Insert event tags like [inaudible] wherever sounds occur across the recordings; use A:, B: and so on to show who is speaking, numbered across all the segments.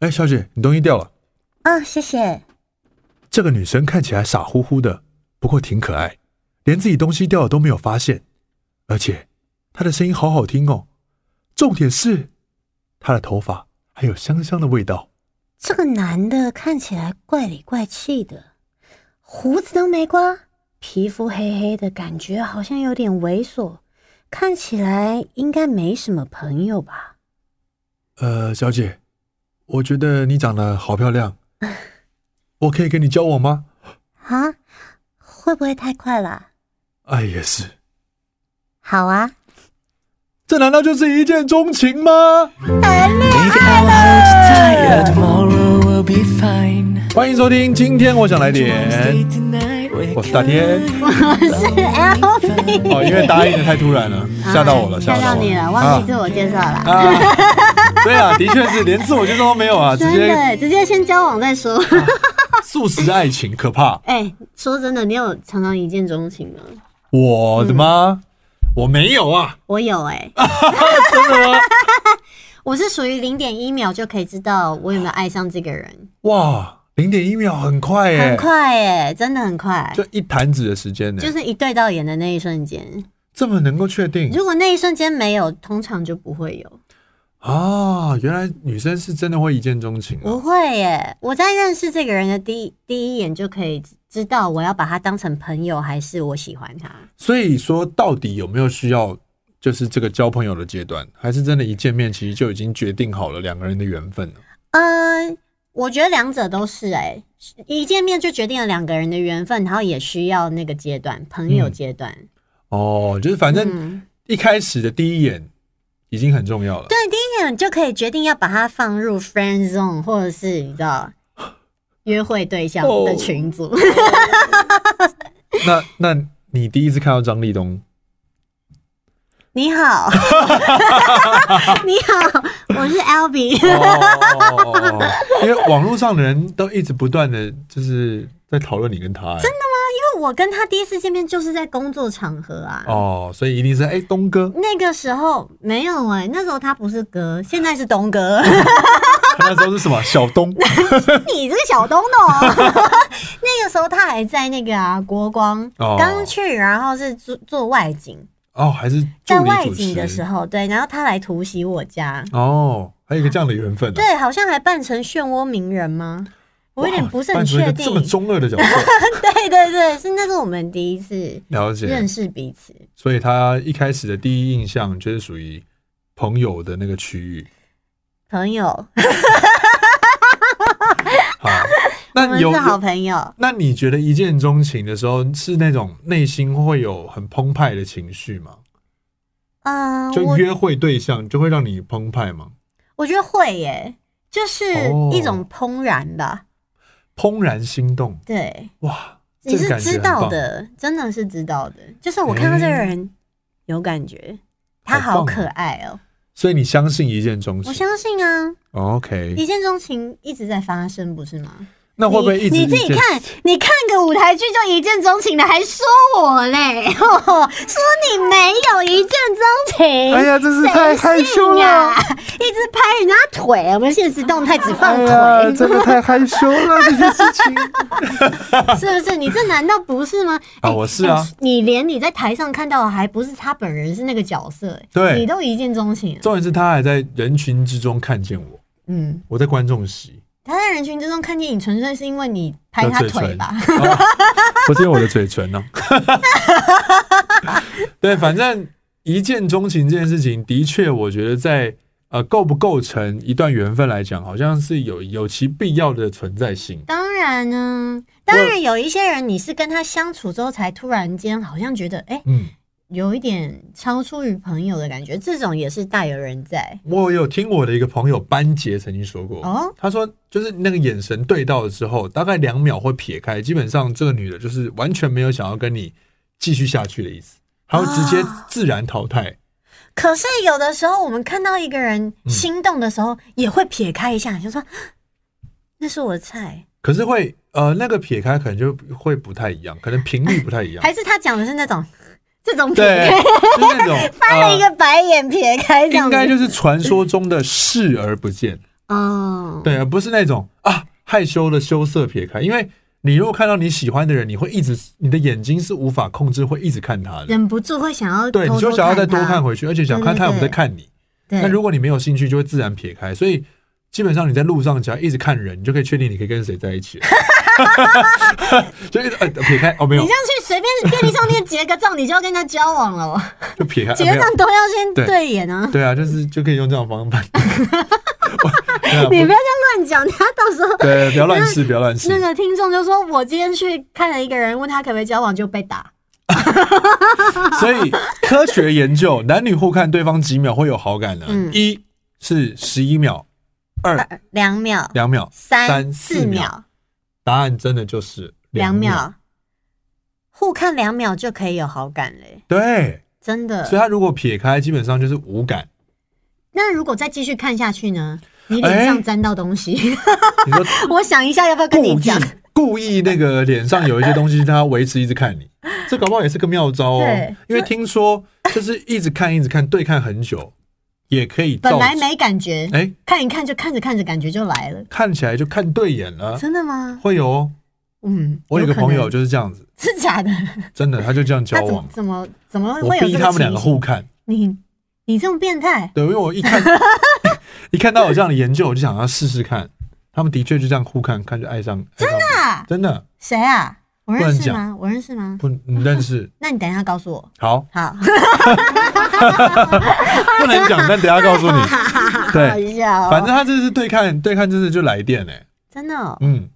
A: 哎，小姐，你东西掉了。
B: 啊，谢谢。
A: 这个女生看起来傻乎乎的，不过挺可爱，连自己东西掉了都没有发现。而且她的声音好好听哦，重点是她的头发还有香香的味道。
B: 这个男的看起来怪里怪气的，胡子都没刮，皮肤黑黑的，感觉好像有点猥琐，看起来应该没什么朋友吧？
A: 呃，小姐，我觉得你长得好漂
B: [laughs]
A: 亮，我可以跟你交往吗？
B: 啊，会不会太快了？
A: 哎，也是，
B: 好 [laughs] 啊，
A: 这难道就是一见钟情吗？
C: Make our hearts tired, tomorrow will be fine.
A: 欢迎收听，今天我想来点
C: Stay，tonight, wake
A: 我是大天。
B: L B
A: 嗯哦，因为答应的太突然了，吓到我了，吓
B: [laughs] 啊吓
A: 到
B: 到
A: 我
B: 你了，忘记自我介绍了。
A: 啊，对啊，的确是连自我介绍都没有啊，直
B: 真
A: 接
B: 的，直接先交往再说。 [laughs]
A: 素食爱情，可怕！
B: 哎、说真的，你有常常一见钟情吗？
A: 我的妈，我没有啊，
B: 我有哎、
A: [laughs] 真的吗？
B: [laughs] 我是属于零点一秒就可以知道我有没有爱上这个人，
A: 哇，零点一秒很快耶，
B: 很快哎、真的很快，
A: 就一弹指的时间呢
B: 就，是一对到眼的那一瞬间。
A: 这么能够确定
B: 如果那一瞬间没有，通常就不会有。
A: 啊？原来女生是真的会一见钟情
B: 不
A: 啊！
B: 会耶！我在认识这个人的第一第一眼就可以知道我要把他当成朋友还是我喜欢他。
A: 所以说，到底有没有需要？就是这个交朋友的阶段，还是真的，一见面其实就已经决定好了两个人的缘分了。
B: 呃，我觉得两者都是哎、一见面就决定了两个人的缘分，然后也需要那个阶段朋
A: 嗯
B: 友阶段。
A: 哦，就是反正
B: 嗯，
A: 一开始的第一眼已经很重要了。
B: 对，第一眼就可以决定要把他放入 friend zone，或者是你知道约会对象的群组。
A: 哦那那你第一次看到张立东，
B: [laughs] 你
A: [laughs]
B: 好，你好，我是 Albie。
A: 哦，因为网络上的人都一直不断的就是在讨论你跟他、欸真的
B: 我跟他第一次见面就是在工作场合啊。
A: 哦，所以一定是哎、东哥，
B: 那个时候没有哎、那时候他不是哥，现在是
A: [laughs]
B: 东哥。
A: 他那时候是什么小
B: [laughs]
A: 东
B: 你这个小东东， [laughs] 那个时候他还在那个啊国光
A: 哦
B: 刚、去，然后是做做外景，
A: 哦，还是
B: 在
A: 助理
B: 外
A: 主持
B: 景的时候，对，然后他来突袭我家，
A: 哦，还有一个这样的缘分、啊，
B: 对，好像还扮成漩涡鸣人吗？我有点
A: 哇
B: 不是很
A: 扮成一
B: 确
A: 个
B: 定
A: 这。么中二的角色，
B: [laughs] 对对对，是那是我们第一次
A: 了解
B: 认。识彼此。
A: 所以他一开始的第一印象就是属于朋友的那个区域。
B: 朋友，
A: [laughs]
B: [laughs]
A: 好，
B: 我
A: 那
B: 们
A: 有
B: 是好朋友。
A: 那你觉得一见钟情的时候是那种内心会有很澎湃的情绪吗？
B: 嗯，
A: 就
B: 我
A: 约会对象就会让你澎湃吗？
B: 我觉得会耶，就是
A: 哦
B: 一种怦然吧。
A: 怅然心动，
B: 对，
A: 哇，
B: 你
A: 这个
B: 是
A: 感觉
B: 知
A: 很
B: 道
A: 棒，
B: 的，真的是知道的。就是我看到这个
A: 诶
B: 人有感觉，他
A: 好棒
B: 好
A: 哦
B: 可爱哦、
A: 所以你相信一见钟
B: 我
A: 情哦
B: 相信啊，一
A: ？OK，
B: 见钟情一直在发生，不是吗？
A: 那会不会一直
B: 你
A: 一
B: 你自己
A: 见
B: 看，你看个舞台剧就一见钟情的，还说我嘞， [laughs] 说你没有一见钟情。
A: 哎呀，真哎是
B: 谁
A: 太害羞
B: 信啊
A: 了！！
B: 一直拍人家腿，我们现实动态只放
A: 哎
B: 腿，
A: 呀，真的太害羞了，这件事
C: [laughs]
A: 情。
B: [laughs] 是不是？你这难道不是吗？
A: 啊
B: 哎
A: 我是啊
B: 哎你连你在台上看到的还不是他本人，是那个角色、哎
A: 对
B: 你都一见钟情了。
A: 重点是他还在人群之中看见我，
B: 嗯，
A: 我在观众席，
B: 他在人群之中看见你，纯粹是因为你拍
A: 的
B: 他
A: 嘴
B: 腿
A: 唇 [laughs]
B: 吧？
A: 哦 [laughs] 不是因为我的嘴唇呢、啊。对，反正一见钟情这件事情，的确，我觉得在呃构不构成一段缘分来讲，好像是有有其必要的存在性。
B: 当然呢、当然有一些人，你是跟他相处之后才突然间好像觉得，哎、
A: 嗯，
B: 有一点超出于朋友的感觉，这种也是大有人在。
A: 我有听我的一个朋友班杰曾经说过，
B: 哦
A: 他说就是那个眼神对到了之后，大概两秒会撇开，基本上这个女的就是完全没有想要跟你继续下去的意思，她会直接
B: 啊
A: 自然淘汰。
B: 可是有的时候，我们看到一个人
A: 嗯
B: 心动的时候，也会撇开一下，就说 [gasps] 那是我的菜，
A: 可是会呃，那个撇开可能就会不太一样，可能频率不太一样。
B: 还是他讲的是那种 [laughs] 这种撇
A: 对，
B: 开，
A: 就是那种
B: [laughs] 翻了一
A: 呃
B: 个白眼撇开这样
A: 应
B: 子，
A: 该就是传说中的视而不见，
B: 哦，
A: 对，而不是那种啊害羞的羞涩撇开。因为你如果看到你喜欢的人，你会一直，你的眼睛是无法控制，会一直看他的。
B: 忍不住会想要
A: 对，
B: 偷
A: 你就
B: 偷
A: 想要再多
B: 他
A: 看。回去，而且想看他有没有在看你。
B: 对，
A: 那如果你没有兴趣，就会自然撇开。所以基本上你在路上只要一直看人，你就可以确定你可以跟谁在一
B: [laughs]
A: 起了。就一直、呃、撇开哦，没
B: 你
A: 有
B: 这，样去随便便利商店结个账，你就要跟他交往了哦。
A: 就撇开、
B: 结
A: 呃、 [laughs] 没有。
B: 账都要先
A: 对
B: 对眼 [laughs] 啊！
A: 对啊，就是就可以用这种
B: [laughs]
A: 方法。我对啊
B: 你不
A: 不
B: 要这样乱讲，他到时候
A: 对，不要乱试，不要乱试。
B: 那个听众就说：“我今天去看了一个人，问他可不可以交往，就被打。
A: 所以科学研
B: [laughs]
A: 究，男女互看对方几秒会有好感呢？
B: 嗯
A: 一是十一秒，二
B: 二”两秒，
A: 两秒，
B: 三
A: 四
B: 四
A: 秒。，答案真的就是
B: 两。秒，互看两秒就可以有好感嘞，
A: 对，
B: 真
A: 所以
B: 的。
A: 他如果撇开，基本上就是无
B: [laughs]
A: 感。
B: 那如果再继续看下去呢？你脸上
A: 哎
B: 沾到东西，
A: 你说
B: [laughs] 我想一下要不要跟你
A: 故意
B: 讲。
A: 故意那个脸上有一些东西，他维持一直看
B: [laughs]
A: 你，这搞不好也是个妙招哦
B: 对。
A: 因为听说就是一直看，一直看，对看很久，也可以造
B: 本来
A: 成
B: 没感觉，
A: 哎
B: 看一看就看着看着感觉就来了，
A: 看起来就看对眼了，
B: 真的吗？
A: 会有哦。
B: 嗯，
A: 我有一个
B: 可能
A: 朋友就是这样子，
B: 是假的，
A: 真的，他就这样交
B: 他怎
A: 往
B: 么。怎么怎么
A: 我
B: 会有
A: 逼
B: 这
A: 他
B: 个
A: 们两
B: 情
A: 个
B: 形？
A: 互看，
B: 你你这么变态，
A: 对，因为我一
B: [laughs]
A: 看一看到有这样的研究，我就想要试试看。他们的确就这样互看，看就爱上，真的
B: 啊
A: 真的
B: 谁啊？我
A: 不能
B: 认识
A: 讲
B: 吗？我认识吗？
A: 不你认
B: [laughs]
A: 识。
B: 那你等一下告诉我。
A: 好，
B: 好，
A: 不能讲，但等一下告诉
B: [laughs]
A: 你。
B: 好
A: 对，
B: 笑哦、
A: 反正他这次对看对看，真的就来电哎、
B: 真的哦、
A: 嗯，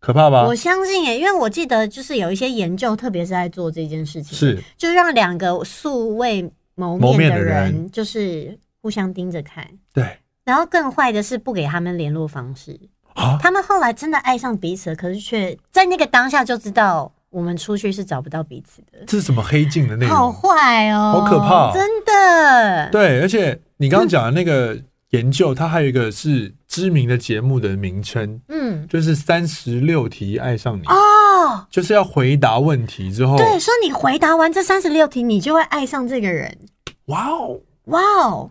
A: 可怕吧
B: 我？相信耶，因为我记得就是有一些研究，特别是在做这件事情，
A: 是
B: 就让两个素未谋
A: 谋面
B: 面
A: 的
B: 的
A: 人
B: 人就是互相盯着看，
A: 对
B: 然后更坏的是不给他们联络方式。
A: 啊，
B: 他们后来真的爱上彼此了，可是却在那个当下就知道我们出去是找不到彼此的，
A: 这是什么黑镜的内
B: 好
A: 容？
B: 坏哦，
A: 好可怕哦
B: 真的。
A: 对，而且你刚刚讲的那个研究，它还有一个是知名的节目的名称，
B: 嗯，
A: 就是三十六题爱上你。
B: 哦，
A: 就是要回答问题之后，
B: 对，说你回答完这三十六题，你就会爱上这个人。
A: 哇哦，
B: 哇哦，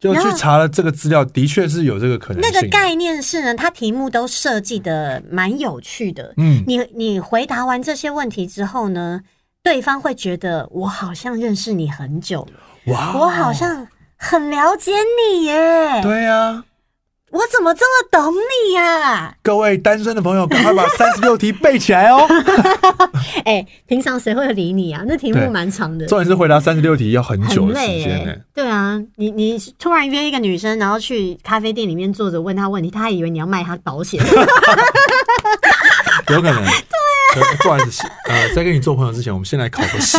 A: 就
B: 然
A: 去
B: 后
A: 查了这个资料，的确是有这个可能
B: 那
A: 性。
B: 个概念是呢，它题目都设计的蛮有趣的。
A: 嗯，
B: 你你回答完这些问题之后呢，对方会觉得我好像认识你很久了，
A: 哇哦，
B: 我好像很了解你耶。
A: 对啊，
B: 我怎么这么懂你呀、
A: 各位单身的朋友，赶快把三十六题背起来
B: [laughs]
A: 哦。
B: 哎、平常谁会理你啊？那题
A: 对
B: 目蛮长的，
A: 重点是回答三十六题要很久
B: 很
A: 的时
B: 累
A: 间欸
B: 哎、
A: 呢、
B: 对啊，你你突然约一个女生，然后去咖啡店里面坐着问她问题，她还以为你要卖她保
A: [laughs]
B: 险。哎
A: 有可
B: [laughs]
A: 能。对、
B: 啊
A: 不好意思，呃，在跟你做朋友之前，我们先来考个
B: [laughs]
A: 试，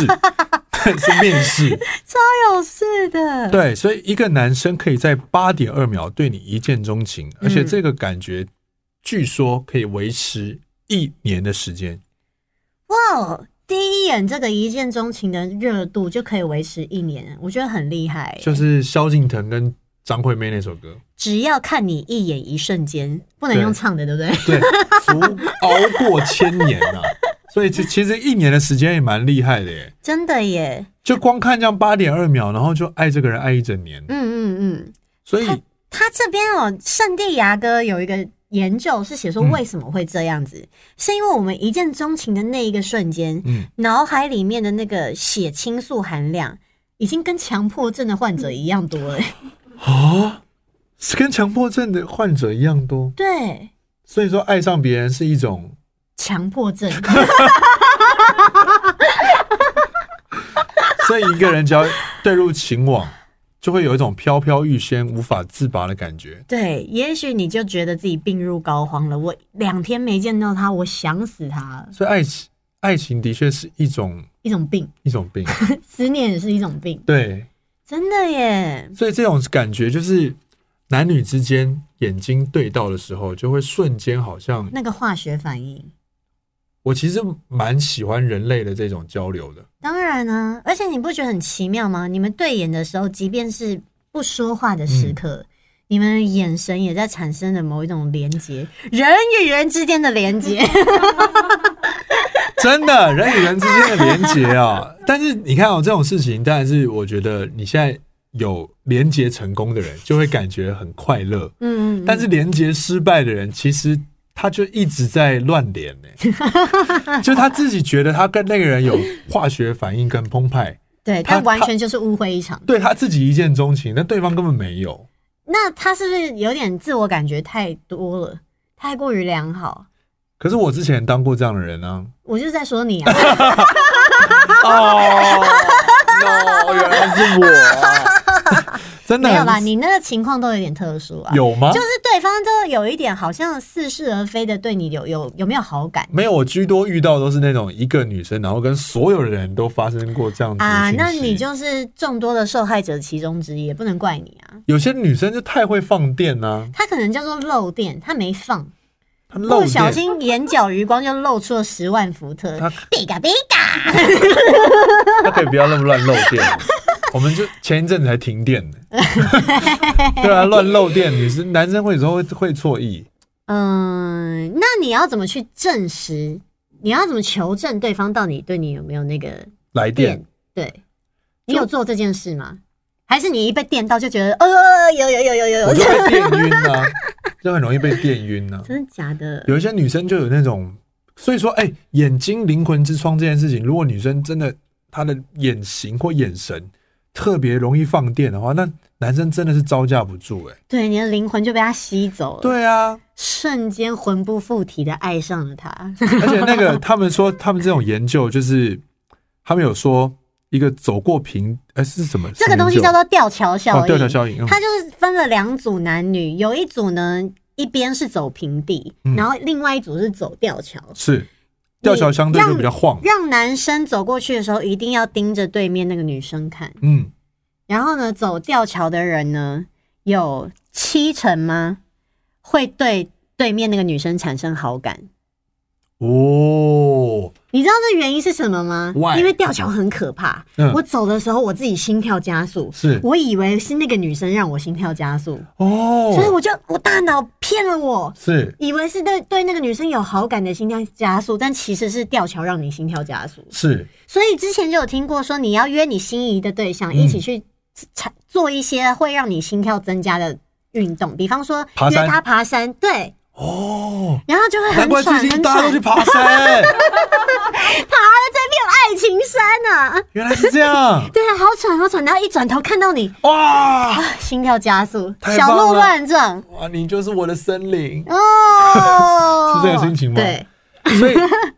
A: 对是面试。
B: 超有事的。
A: 对，所以一个男生可以在八点二秒对你一见钟情，而
B: 嗯
A: 且这个感觉据说可以维持一年的时间。
B: 哇哦，第一眼这个一见钟情的热度就可以维持一年，我觉得很厉害、
A: 就是萧敬腾跟张惠妹那首歌，
B: 只要看你一眼，一瞬间，不能用
A: 对
B: 唱的，对不
A: 对，
B: 对？
A: 足熬过千年
B: [laughs]
A: 呐、所以其其实一年的时间也蛮厉害的耶，
B: 真的耶，
A: 就光看这样八点二秒，然后就爱这个人爱一整年，
B: 嗯嗯嗯。
A: 所以
B: 他这边哦，圣地亚哥有一个研究是写说
A: 嗯
B: 为什么会这样子，是因为我们一见钟情的那一个瞬间，
A: 嗯
B: 脑海里面的那个血清素含量已经跟强迫症的患者一样多了。
A: 啊，是跟强迫症的患者一样多，
B: 对，
A: 所以说爱上别人是一种
B: 强迫 [laughs] 症。
A: 所以一个人只要坠入情网，就会有一种飘飘欲仙、无法自拔的感觉。
B: 对，也许你就觉得自己病入膏肓了。我两天没见到他，我想死他了，
A: 所以爱情，爱情的确是一种
B: 一种病，
A: 一种病。
B: 思念也是一种病，
A: 对，
B: 真的耶。
A: 所以这种感觉就是男女之间眼睛对到的时候，就会瞬间好像
B: 那个化学反应，
A: 我其实蛮喜欢人类的这种交流的。
B: 当然呢、而且你不觉得很奇妙吗？你们对眼的时候，即便是不说话的时刻。你们的眼神也在产生了某一种连接，人与人之间的连 [laughs] 接。
A: 真的，人与人之间的连结啊。但是你看哦，这种事情当然是我觉得你现在有连接成功的人，就会感觉很快乐。
D: 嗯，
A: 但是连接失败的人，其实他就一直在乱连呢、
B: [laughs]
A: 就他自己觉得他跟那个人有化学反应跟澎湃，
B: 对，
A: 他
B: 但完
A: 他
B: 全就是误会一场。
A: 对他自己一见钟情，但对方根本没有。
B: 那他是不是有点自我感觉太多了，太过于良好？
A: 可是我之前当过这样的人啊！
B: 我就是在说你啊，
A: [laughs] 哦，no，原来是我啊， [laughs] 真的
B: 没有啦，
A: 很
B: 你那个情况都有点特殊啊，
A: 有吗？
B: 就是对方都有一点好像似是而非的对你有有有没有好感
A: 没有，我居多遇到都是那种一个女生，然后跟所有的人都发生过这样子的
B: 啊？
A: 情
B: 那
A: 形
B: 你就是众多的受害者其中之一，也不能怪你啊。
A: 有些女生就太会放电呐、
B: 他可能叫做漏电，他没放，
A: 她漏
B: 不
A: 电
B: 小心眼角余光就漏出了十万伏特
A: 她，
B: 比嘎比嘎。
A: 他可以不要那么乱漏电吗。我们就前一阵子还停电呢，对啊，乱漏电，女生男生会有时候会会错意，
B: 嗯，那你要怎么去证实？你要怎么求证对方到底对你有没有那个
A: 来电
B: 电？对你有做这件事吗？还是你一被电到就觉得，呃，有有有有有
A: 我
B: 有
A: 就，被电晕啊，就很容易被电晕啊。
B: 真的假的？
A: 有一些女生就有那种，所以说，哎、眼睛灵魂之窗这件事情，如果女生真的她的眼型或眼神特别容易放电的话，那男生真的是招架不住、哎，
B: 对，你的灵魂就被他吸走了，，
A: 对啊，
B: 瞬间魂不附体的爱上了他。
A: 而且那个他们说，他们这种研究就是，他们有说一个走过平，哎、是什么？
B: [laughs] 这个东西叫
A: 做
B: 做吊桥效应。
A: 哦，吊桥效应。嗯
B: 他就是分了两组男女，有一组呢一边是走平地，
A: 嗯
B: 然后另外一组是走吊桥。
A: 是吊桥相对就比较晃，
B: 让男生走过去的时候，一定要盯着对面那个女生看。
A: 嗯，
B: 然后呢，走吊桥的人呢，有七成吗会对对面那个女生产生好感？
A: 哦，
B: 你知道这原因是什么吗
A: Why？
B: 因为吊桥很可怕。
A: 嗯
B: 我走的时候，我自己心跳加速，
A: 是
B: 我以为是那个女生让我心跳加速，所以
A: 哦，
B: 我就我大脑骗了我，
A: 是
B: 以为是对对那个女生有好感的心跳加速，但其实是吊桥让你心跳加速。
A: 是，
B: 所以之前就有听过说，你要约你心仪的对象
A: 嗯
B: 一起去产做一些会让你心跳增加的运动，比方说
A: 爬
B: 约
A: 山
B: 他爬山，对，
A: 哦，
B: 然后就会
A: 难
B: 很
A: 怪
B: 喘
A: 最
B: 很
A: 近
B: 喘，
A: 大家都去爬山，
B: [laughs] 爱情山呐、啊，
A: 原来是这样，
B: 对啊，好喘好喘，然后一转头看到你，
A: 哇
B: 啊，心跳加速，
A: 太
B: 小
A: 棒
B: 鹿
A: 了
B: 乱撞，
A: 哇，你就是我的森林，
B: 哦，
A: [laughs] 是这个心情吗
B: 对，
A: [laughs] 所以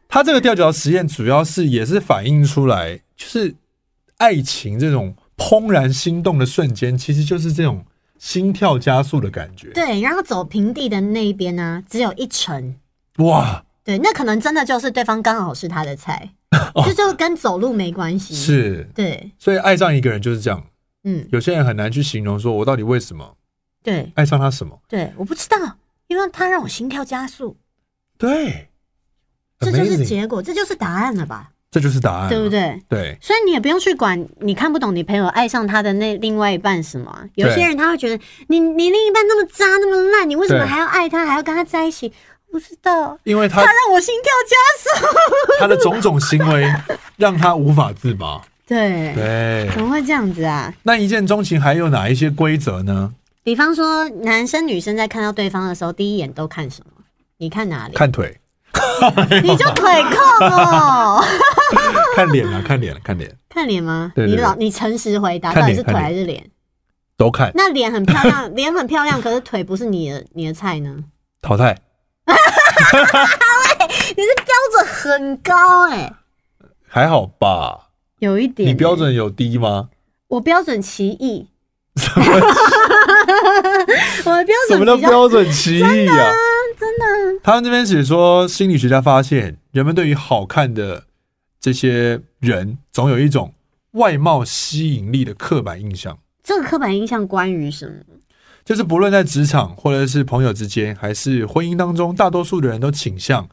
A: 他这个吊桥实验主要是也是反映出来，就是爱情这种怦然心动的瞬间，其实就是这种心跳加速的感觉，
B: 对，然后走平地的那一边呢、只有一成。
A: 哇，
B: 对，那可能真的就是对方刚好是他的
A: [laughs]
B: 菜，这就跟走路没关系。，
A: 哦是，
B: 对，
A: 所以爱上一个人就是这样。
B: 嗯，
A: 有些人很难去形容，说我到底为什么
B: 对，
A: 爱上他什么？
B: 对，我不知道，因为他让我心跳加速，
A: 对，
B: 这就是
A: Amazing 嗯
B: 结果，这就是答案了吧？
A: 这就是答案，
B: 对不？对？
A: 对，
B: 所以你也不用去管你看不懂你朋友爱上他的那另外一半什么啊。有些人他会觉得你你另一半那么渣那么烂，你为什么
A: 对
B: 还要爱他，还要跟他在一起？不知道，
A: 因为他
B: 他让我心跳加速。
A: 他的种种行为让他无法自拔。
B: [laughs] 对，
A: 对，
B: 怎么会这样子啊？
A: 那一见钟情还有哪一些规则呢？
B: 比方说，男生女生在看到对方的时候，第一眼都看什么？你看哪里？
A: 看腿，
B: 你就
A: [laughs]
B: 腿控哦。 [laughs]
A: 看脸啊，看脸，看脸，
B: 看脸吗？
A: 对对
B: 你
A: 对
B: 老你诚实回答，
A: 看
B: 到底
A: 脸
B: 是腿
A: 看
B: 还是脸？
A: 都看，
B: 那脸很漂 [laughs] 亮，脸很漂亮，可是腿不是你的你的菜呢？
A: 淘汰。
B: 你的标准很高哎、
A: 还好吧？
B: 有一点、
A: 你标，准有低吗？
B: 我标准奇异， [laughs] 我的标
A: 什么
B: 准
A: 叫
B: 比较
A: 标准奇异啊？真的，他们这边写说，心理学家发现，人们对于好看的这些人，总有一种外貌吸引力的刻板印象，
B: 这个刻板印象关于什么？
A: 就是不论在职场或者是朋友之间，还是婚姻当中，大多数的人都倾向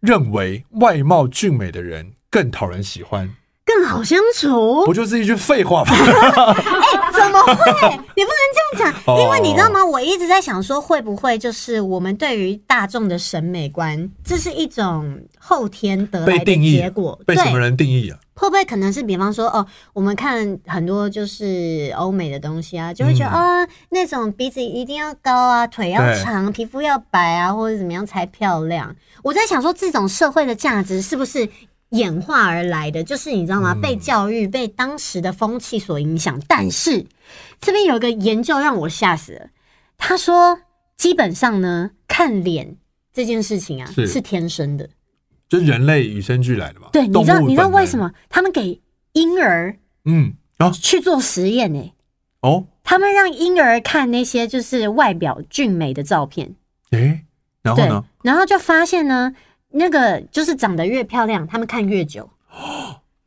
A: 认为外貌俊美的人更讨人喜欢。
B: 更样好相处？
A: 不就是一句废话
B: [laughs]
A: 吗？
B: 怎么会？ [laughs] 你不能这样讲，
A: 哦
B: 因为你知道吗？我一直在想说，会不会就是我们对于大众的审美观，这是一种后天得来
A: 被
B: 的
A: 定义
B: 结果？
A: 被
B: 对，
A: 什么人定义啊？
B: 会不会可能是比方说哦，我们看很多就是欧美的东西啊，就会觉得啊、那种鼻子一定要高啊，腿要
A: 嗯对
B: 长，皮肤要白啊，或者怎么样才漂亮。我在想说，这种社会的价值是不是？演化而来的，就是你知道吗？
A: 嗯
B: 被教育、被当时的风气所影响。但是这边有一个研究让我吓死了，他说，基本上呢，看脸这件事情啊，
A: 是
B: 是天生的。
A: 就是人类与生俱来的嘛。
B: 对，你知道
A: 动物
B: 你知道
A: 本能
B: 为什？么他们给婴儿
A: 嗯，然后
B: 去做实验呢、欸
A: 哦，
B: 他们让婴儿看那些就是外表俊美的照片，
A: 诶，然后
B: 对
A: 呢？，
B: 然后就发现呢，那个就是长得越漂亮，他们看越久。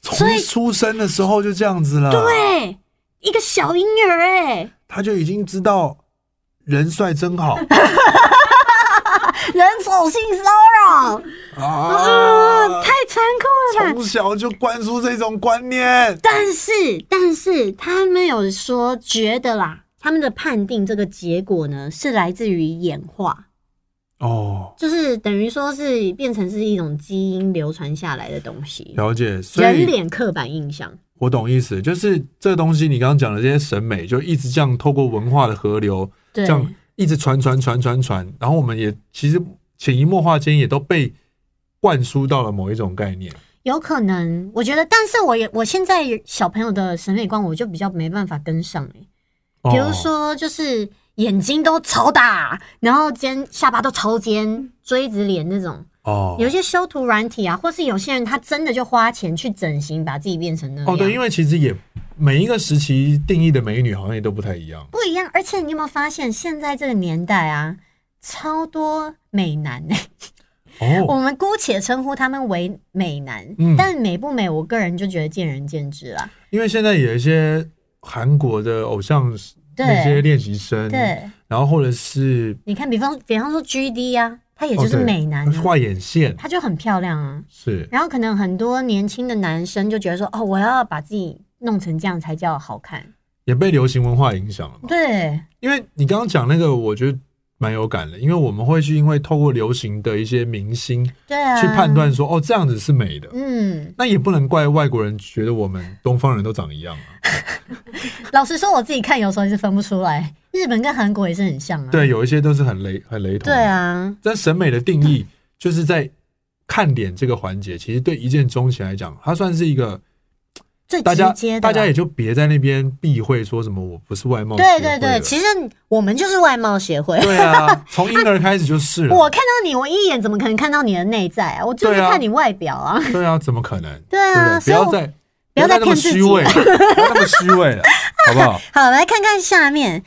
A: 从出生的时候就这样子了，，
B: 对，一个小婴儿哎、
A: 他就已经知道人帅真
B: [laughs]
A: 好
B: 人丑性骚扰啊，
A: 啊
B: 太，残酷了吧！
A: 从小就灌输这种观念，
B: 但是，但是他们有说觉得啦，他们的判定这个结果呢，是来自于演化。
A: 哦，
B: 就是等于说是变成是一种基因流传下来的东西，
A: 了解，所
B: 人
A: 以
B: 脸刻板印象。
A: 我懂意思，就是这个东西，你刚刚讲的这些审美，就一直这样透过文化的河流，
B: 对
A: 这样一直传传传传传，然后我们也其实潜移默化间也都被灌输到了某一种概念，
B: 有可能，我觉得，但是我也我现在小朋友的审美观，我就比较没办法跟上、欸、比如
A: 哦
B: 说，就是眼睛都超大，然后尖下巴都超尖，锥子脸那种。
A: 哦，
B: 有一些修图软体啊，或是有些人他真的就花钱去整形，把自己变成那样。
A: 哦，对，因为其实也每一个时期定义的美女好像也都不太一样。
B: 不一样。而且你有没有发现，现在这个年代啊，超多美男、欸 [laughs] 我
A: 哦，
B: 们姑且称呼他们为美男，
A: 嗯
B: 但美不美，我个人就觉得见仁见智啦。
A: 因为现在有一些韩国的偶像
B: 对
A: 那些练习生，
B: 对，
A: 然后或者是
B: 你看，比方比方说 G D 啊，他也
A: 也
B: 就是美男、啊，
A: 画眼线
B: 他就很漂亮啊。
A: 是
B: 然后可能很多年轻的男生就觉得说，哦，我要把自己弄成这样才叫好看。
A: 也被流行文化影响了嘛。
B: 对，
A: 因为你刚刚讲那个，我觉得蛮有感的，因为我们会去因为透过流行的一些明星
B: 对啊，
A: 去判，断说，哦，这样子是美的。
B: 嗯，
A: 那也不能怪外国人觉得我们东方人都长一样啊。
B: 老实说，我自己看有时候也是分不出来，日本跟韩国也是很像啊。，
A: 对，有一些都是很雷很雷同的。
B: 对啊，
A: 但审美的定义
B: 嗯
A: 就是在看脸这个环节，其实对一见钟情来讲，它算是一个
B: 最
A: 大家
B: 直接的啦，啊
A: 大家也就别在那边避讳说什么我不是外貌协
B: 对
A: 会的。
B: 对对，其实我们就是外貌协会。
A: 对啊，从婴儿开始就是了。
B: [laughs] 我看到你，我一眼怎么可能看到你的内在啊？我就是
A: 对啊
B: 看你外表啊。
A: 对啊，怎么可能？
B: 对
A: 对不对？不
B: 啊，所以
A: 要
B: 我
A: 再
B: 不要再
A: 那么
B: 骗自己
A: 虚伪，不要那么虚伪
B: [laughs]
A: 了，好不好？
B: 好来看看下面，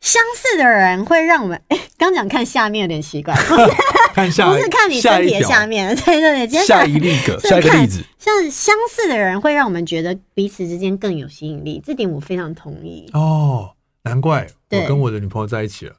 B: 相似的人会让我们 [laughs] 哎，刚讲看下面有点奇怪，不
A: 看下
B: 是看你
A: [laughs] 下
B: 身
A: 一
B: 体的
A: 条
B: 下面， [laughs] 对对对，今天
A: 下一例个
B: 是
A: 下一个
B: 看
A: 例子
B: 像相似的人会让我们觉得彼此之间更有吸引力，这点我非常同意。 [laughs]
A: 哦，难怪我
B: 对
A: 跟我的女朋友在一起了。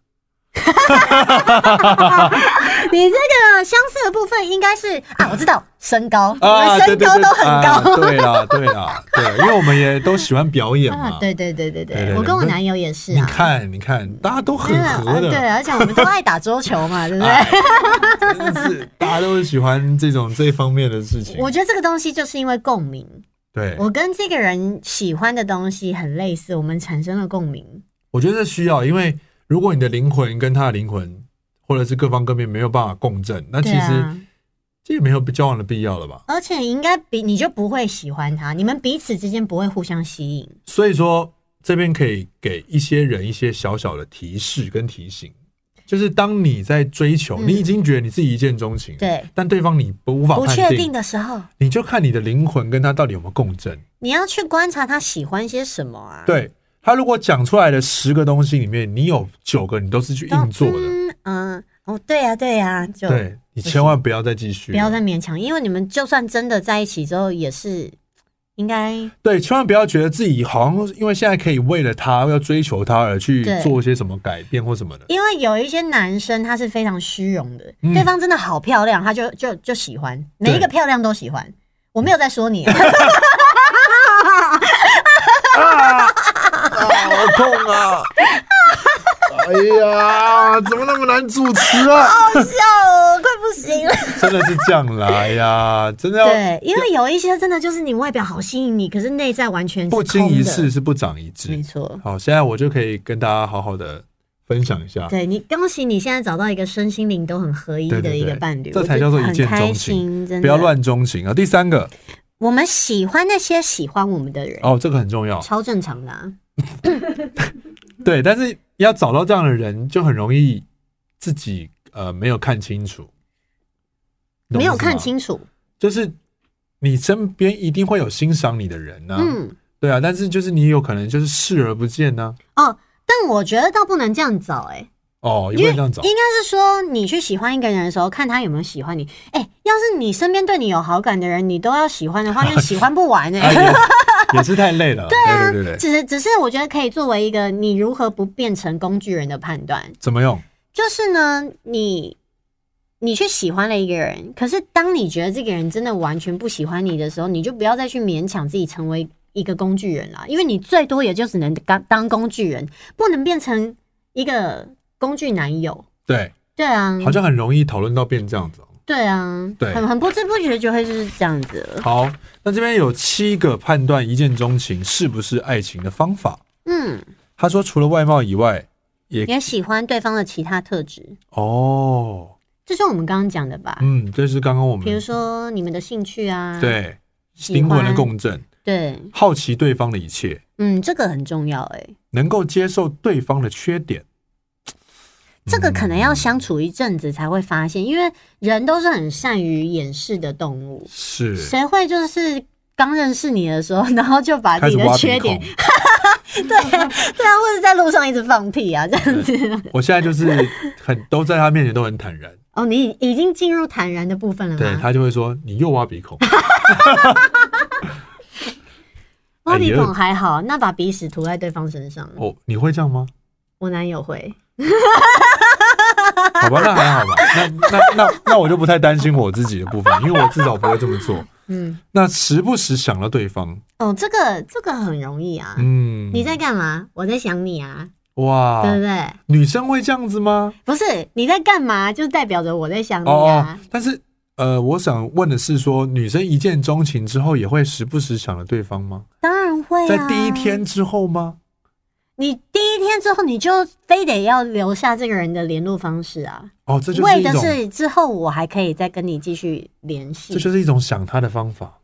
B: 你这个相似的部分应该是啊，我知道
A: [laughs]
B: 身高，我们
A: 啊对
B: 身
A: 对
B: 高
A: 对
B: 都很
A: 啊
B: 高。
A: [laughs] 对啦，对啦，对，因为我们也都喜欢表演嘛
B: [laughs] 啊，。对对对对
A: 对对
B: 对，
A: 对
B: 我跟我男友也是
A: 你
B: 啊。
A: 看，你看，大家都很合
B: 嗯
A: 的，啊
B: 对，而且我们都爱打桌球嘛，
A: [laughs]
B: 对不对？啊
A: 真是大家都喜欢这种这一方面的事情。
B: 我觉得这个东西就是因为共鸣，
A: 对，
B: 我跟这个人喜欢的东西很类似，我们产生了共鸣。
A: 我觉得这需要，因为如果你的灵魂跟他的灵魂，或者是各方各面没有办法共振，那其
B: 对
A: 实
B: 啊，
A: 这也没有交往的必要了吧？
B: 而且应该比你就不会喜欢他，你们彼此之间不会互相吸引。
A: 所以说，这边可以给一些人一些小小的提示跟提醒，就是当你在追求，
B: 嗯
A: 你已经觉得你自己一见钟情，
B: 对，
A: 但对方你不无法
B: 不
A: 判
B: 确定的时候，
A: 你就看你的灵魂跟他到底有没有共振。
B: 你要去观察他喜欢些什么啊？
A: 对他如果讲出来的十个东西里面，你有九个你都是去
B: 都，
A: 硬做的，
B: 嗯嗯，哦，对呀、对呀、就
A: 对啊你千万不要再继续
B: 不
A: 了，
B: 要再勉强，因为你们就算真的在一起之后，也是应该
A: 对，千万不要觉得自己好像因为现在可以为了他要追求他而去
B: 对
A: 做一些什么改变或什么的。
B: 因为有一些男生他是非常虚荣的，
A: 嗯
B: 对方真的好漂啊亮，他就就就喜欢，每一个漂亮都喜欢。我没有在说你，哦
A: 控
B: [laughs]
A: 啊！哎呀，怎么那么难主持啊？
B: 哦， [laughs] 快不行了。
A: 真的是这样啦，哎呀，真的要
B: 对，因为有一些真的就是你外表好吸引你，可是内在完全是
A: 不经一
B: 空的
A: 事，是不长一
B: 没
A: 智。
B: 错。
A: 好，现在我就可以跟大家好好的分享一下。
B: 对你，恭喜你现在找到一个身心灵都很合一
A: 对
B: 的
A: 对
B: 一个
A: 对
B: 伴侣，
A: 这
B: 我
A: 才
B: 觉
A: 叫
B: 得
A: 做一
B: 很
A: 见
B: 开
A: 钟情
B: 心，真的
A: 不要。乱钟情啊！第三个
B: 我们喜欢那些喜欢我们的人，
A: 哦，这个很重要。
B: 超正常的、啊。
A: 对，但是要找到这样的人，就很容易自己呃没有看清楚，你懂我
B: 没有
A: 意思吗
B: 看，清楚，
A: 就是你身边一定会有欣赏你的人呢、
B: 嗯，
A: 对啊，但是就是你有可能就是视而不见啊呢、
B: 哦，但我觉得倒不能这样找、哎，
A: 哦，也不能这样找
B: 应，该是说你去喜欢一个人的时候，看他有没有喜欢你。哎、要是你身边对你有好感的人，你都要喜欢的话，
A: [laughs]
B: 那喜欢不完哎、
A: 哎呀，也 [laughs] 是太累了。对
B: 啊
A: 对对对，
B: 只是只是我觉得可以作为一个你如何不变成工具人的判断，
A: 怎么用？
B: 就是呢，你你去喜欢了一个人，可是当你觉得这个人真的完全不喜欢你的时候，你就不要再去勉强自己成为一个工具人啦，因为你最多也就只能当当工具人，不能变成一个工具男友。
A: 对，
B: 对啊，
A: 好像很容易讨论到变这样子哦。
B: 对啊，
A: 对
B: 很很不知不觉就会就是这样子了。
A: 好，那这边有七个判断一见钟情是不是爱情的方法。
B: 嗯，
A: 他说，除了外貌以外，也
B: 也喜欢对方的其他特质，
A: 哦，
B: 这就是我们刚刚讲的吧？
A: 嗯，这是刚刚我们
B: 哎比如说你们的兴趣啊，
A: 对
B: 喜欢
A: 灵魂的共振，
B: 对，
A: 好奇对方的一切，
B: 嗯，这个很重要哎、
A: 能够接受对方的缺点。
B: 这个可能要相处一阵子才会发现，因为人都是很善于掩饰的动物，
A: 是
B: 谁会就是刚认识你的时候，然后就把
A: 开
B: 自己
A: 始
B: 啊的
A: 挖
B: 缺
A: 鼻
B: 点 [laughs]
A: 孔，，
B: 对啊，对啊，或者在路上一直放屁啊，这样子。
A: [laughs] 我现在就是很都在他面前都很坦然，
B: [laughs] 哦，你已已经进入坦然的部分了
A: 对
B: 吗？
A: 他就会说你又挖鼻
B: [laughs]
A: 孔，
B: 挖鼻
A: 哎呦
B: 哦孔还好，那把鼻屎涂在对方身上，
A: 哦，你会这样吗？
B: 我男友会。
A: 好吧，那还好吧，那那那那我就不太担心我自己的部分，因为我至少不会这么做。
B: 嗯，
A: 那时不时想到对方，
B: 哦，这个这个很容易啊。
A: 嗯，
B: 你在干嘛？我在想你啊，
A: 哇，
B: 对不对？
A: 女生会这样子吗？
B: 不是你在干嘛，就代表着我在想你
A: 哦
B: 啊。，
A: 但是呃，我想问的是说女生一见钟情之后也会时不时想着对方吗？
B: 当然会啊。
A: 在第一，天之后吗？
B: 你第一天之后，你就非得要留下这个人的联络方式啊，
A: 哦，这就是
B: 为
A: 一
B: 的
A: 种，
B: 是之后我还可以再跟你继续联
A: 这
B: 系。
A: 就是一种想他的方法。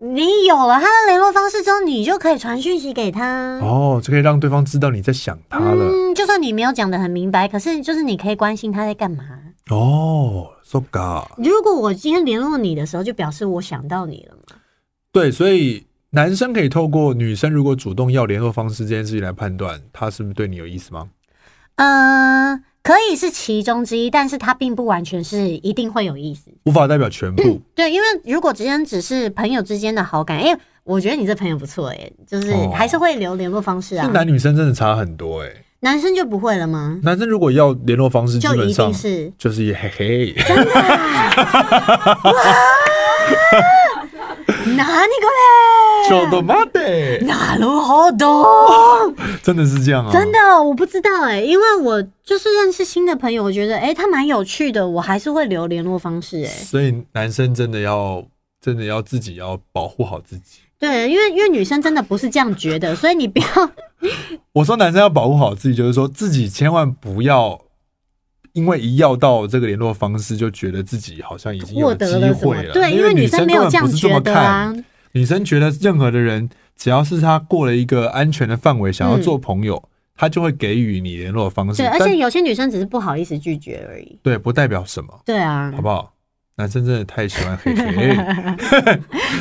B: 你有了他的联络方式之后，你就可以传讯息给他。
A: 哦，这可以让对方知道你在想他了。
B: 嗯，就算你没有讲的很明白，可是就是你可以关心他在干嘛。
A: 哦，so ga，
B: 如果我今天联络你的时候，就表示我想到你了嘛。
A: 对，所以男生可以透过女生如果主动要联络方式这件事情来判断他是不是对你有意思吗？
B: 嗯、可以是其中之一，但是它并不完全是一定会有意思。
A: 无法代表全部。
B: 嗯对，因为如果之间只是朋友之间的好感，哎、我觉得你这朋友不错，哎，就是
A: 哦
B: 还是会留联络方式啊
A: 这。男女生真的差很多哎、
B: 男生就不会了吗？
A: 男生如果要联络方式，基
B: 就
A: 本
B: 一
A: 上 [laughs]
B: 定是啊
A: 就是嘿嘿，
B: 哪里过
A: [laughs] 就的妈的，
B: 来？哪路好多？
A: 真的是这样啊！
B: 真的，我不知道哎、因为我就是认识新的朋友，我觉得哎、他蛮有趣的，我还是会留联络方式哎、
A: 所以男生真的要真的要自己要保护好自己。
B: 对，因为因为女生真的不是这样觉得，所以你不要
A: 我说男生要保护好自己，就是说自己千万不要因为一要到这个联络方式，就觉得自己好像已经有
B: 获
A: 机
B: 得了什么
A: 会。了。
B: 对，因
A: 因
B: 为
A: 女
B: 生
A: 根
B: 没有
A: 本
B: 这样
A: 不是这
B: 觉
A: 么
B: 得啊
A: 看。。女生觉得任何的人，只要是他过了一个安全的范围，想要
B: 嗯
A: 做朋友，他就会给予你联络方式。
B: 对，而
A: 但
B: 且有些女生只是不好意思拒绝而已。
A: 对不代表什么，
B: 对啊，
A: 好不好？男生真的太喜欢
B: [laughs]
A: 嘿 [laughs] 嘿，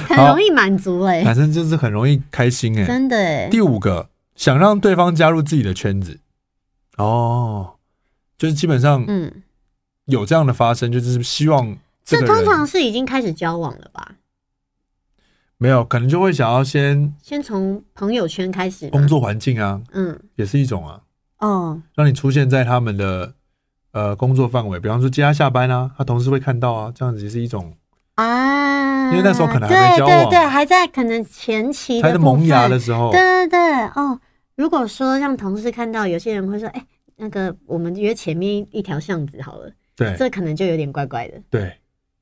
B: 很
A: 好
B: 容易满足嘞、
A: 男生就是很容易开心哎、
B: 真的哎、
A: 第五个，想让对方加入自己的圈子。哦，就是基本上
B: 嗯，
A: 有这样的发生，就是希望这
B: 这
A: 个
B: 通常
A: 人
B: 是已经开始交往了吧？
A: 没有，可能就会想要先
B: 先从朋友圈开始。
A: 工，作环境啊，
B: 嗯，
A: 也是一种啊，
B: 哦，
A: 让你出现在他们的呃工作范围，比方说接他下班啊，他同事会看到啊，这样子也是一种
B: 啊，
A: 因为那时候可能还没交往
B: 对对对，还在可能前期
A: 他在
B: 部分
A: 萌芽的时候，
B: 对对对，哦，如果说让同事看到，有些人会说：“哎、那个我们约前面一一条巷子好了。”
A: 对
B: 这可能就有点怪怪的。
A: 对，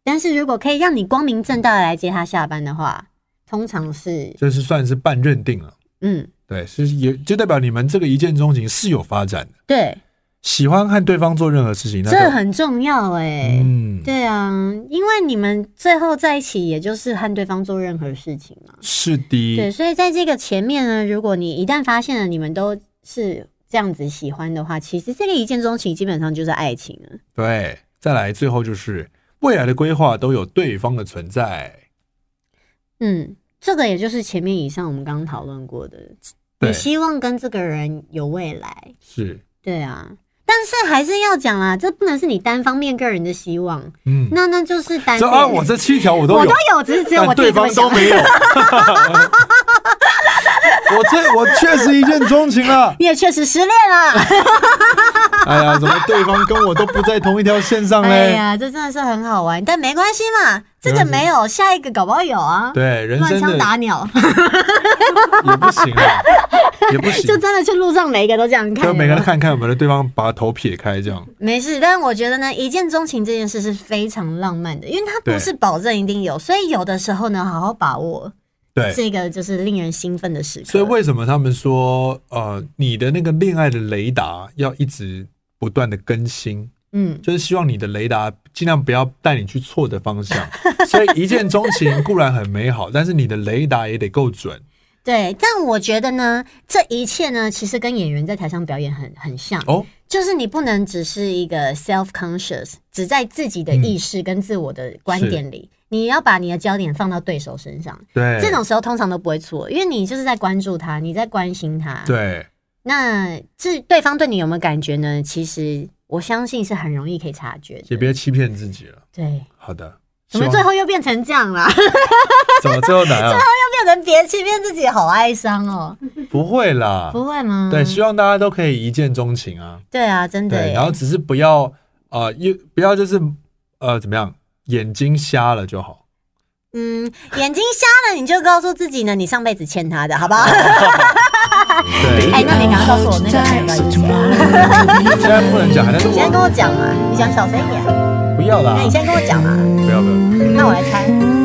B: 但是如果可以让你光明正大的来接他下班的话，通常是
A: 这是算是半认定了。
B: 嗯，
A: 对，是也就代表你们这个一见钟情是有发展的，
B: 对，
A: 喜欢和对方做任何事情，那
B: 这
A: 都
B: 很重要哎、
A: 嗯，
B: 对啊，因为你们最后在一起，也就是和对方做任何事情嘛。
A: 是
B: 对，
A: 的，
B: 所以在这个前面呢，如果你一旦发现了你们都是这样子喜欢的话，其实这个一见钟情基本上就是爱情啊了。
A: 对。再来，最后就是未来的规划都有对方的存在，
B: 嗯，这个也就是前面以上我们刚刚讨论过的，
A: 对
B: 你，希望跟这个人有未来，
A: 是，
B: 对啊。但是还是要讲啦，这不能是你单方面个人的希望，
A: 嗯，
B: 那那就是单
A: 这
B: 恋。
A: 啊，我这七条我都
B: 我
A: 有
B: 都，有，只是只有我
A: 但
B: 自己
A: 对
B: 这么
A: 方都
B: 想。
A: 没有。我这我确实一见钟情了。
B: 你也确实失恋了，
A: 哎呀，怎么对方跟我都不在同一条线上
B: [laughs] 哎
A: 嘞？
B: 呀，这真的是很好玩，但没关系嘛，这个
A: 没关系
B: 没有，下一个搞不好有啊。
A: 对，人
B: 乱
A: 生
B: 枪
A: 的
B: 打鸟，
A: 也不行啊，也不行
B: [laughs] 就。真的去路上每一个都这样看
A: 就
B: 有
A: 每
B: 没有，
A: 个人看看有没有对方把头撇开，这样
B: 没事。但我觉得呢，一见钟情这件事是非常浪漫的，因为它
A: 对
B: 不是保证一定有，所以有的时候呢，好好把握
A: 对。
B: 这个就是令人兴奋的时刻。
A: 所以为什么他们说，呃，你的那个恋爱的雷达要一直不断的更新，
B: 嗯，
A: 就是希望你的雷达尽量不要带你去错的方
B: [laughs]
A: 向。所以一见钟情固然很美好，但是你的雷达也得够准
B: 对。但我觉得呢，这一切呢，其实跟演员在台上表演很很像。
A: 哦。
B: 就是你不能只是一个 self conscious，只在自己
A: 嗯
B: 的意识跟自我的观点里，你要把你的焦点放到对手身上。
A: 对，
B: 这种时候通常都不会错，因为你就是在关注他，你在关心他。，
A: 对
B: 那至对方对你有没有感觉呢？其实我相信是很容易可以察觉
A: 也
B: 的。
A: 别欺骗自己了。
B: 对，
A: 好的，
B: 怎么
A: 希望
B: 最后又变成这样啦？ [laughs]
A: 怎么最后难啊？
B: 又变成别欺骗自己，好哀伤哦。
A: 不会啦，
B: 不会吗？
A: 对，希望大家都可以一见钟情啊。
B: 对啊，真的
A: 对，
B: 耶。
A: 然后只是不要呃，又不要就是呃怎么样，眼睛瞎了就好。
B: 嗯，眼睛瞎了，你就告诉自己呢，你上辈子欠他的，好不
A: [laughs]
B: 好？
A: 对，
B: 哎，那你赶快告诉我那个朋友
C: tight,
B: 到
C: so
B: 底是谁？
C: [laughs] tomorrow will
A: [laughs]
C: be
A: 现在不能讲，还在录
B: 你，现在跟我讲嘛，你讲小声一点。
A: 不要啦啊
B: 那，你先跟我讲嘛，
A: 不要不要。
B: 那我来猜。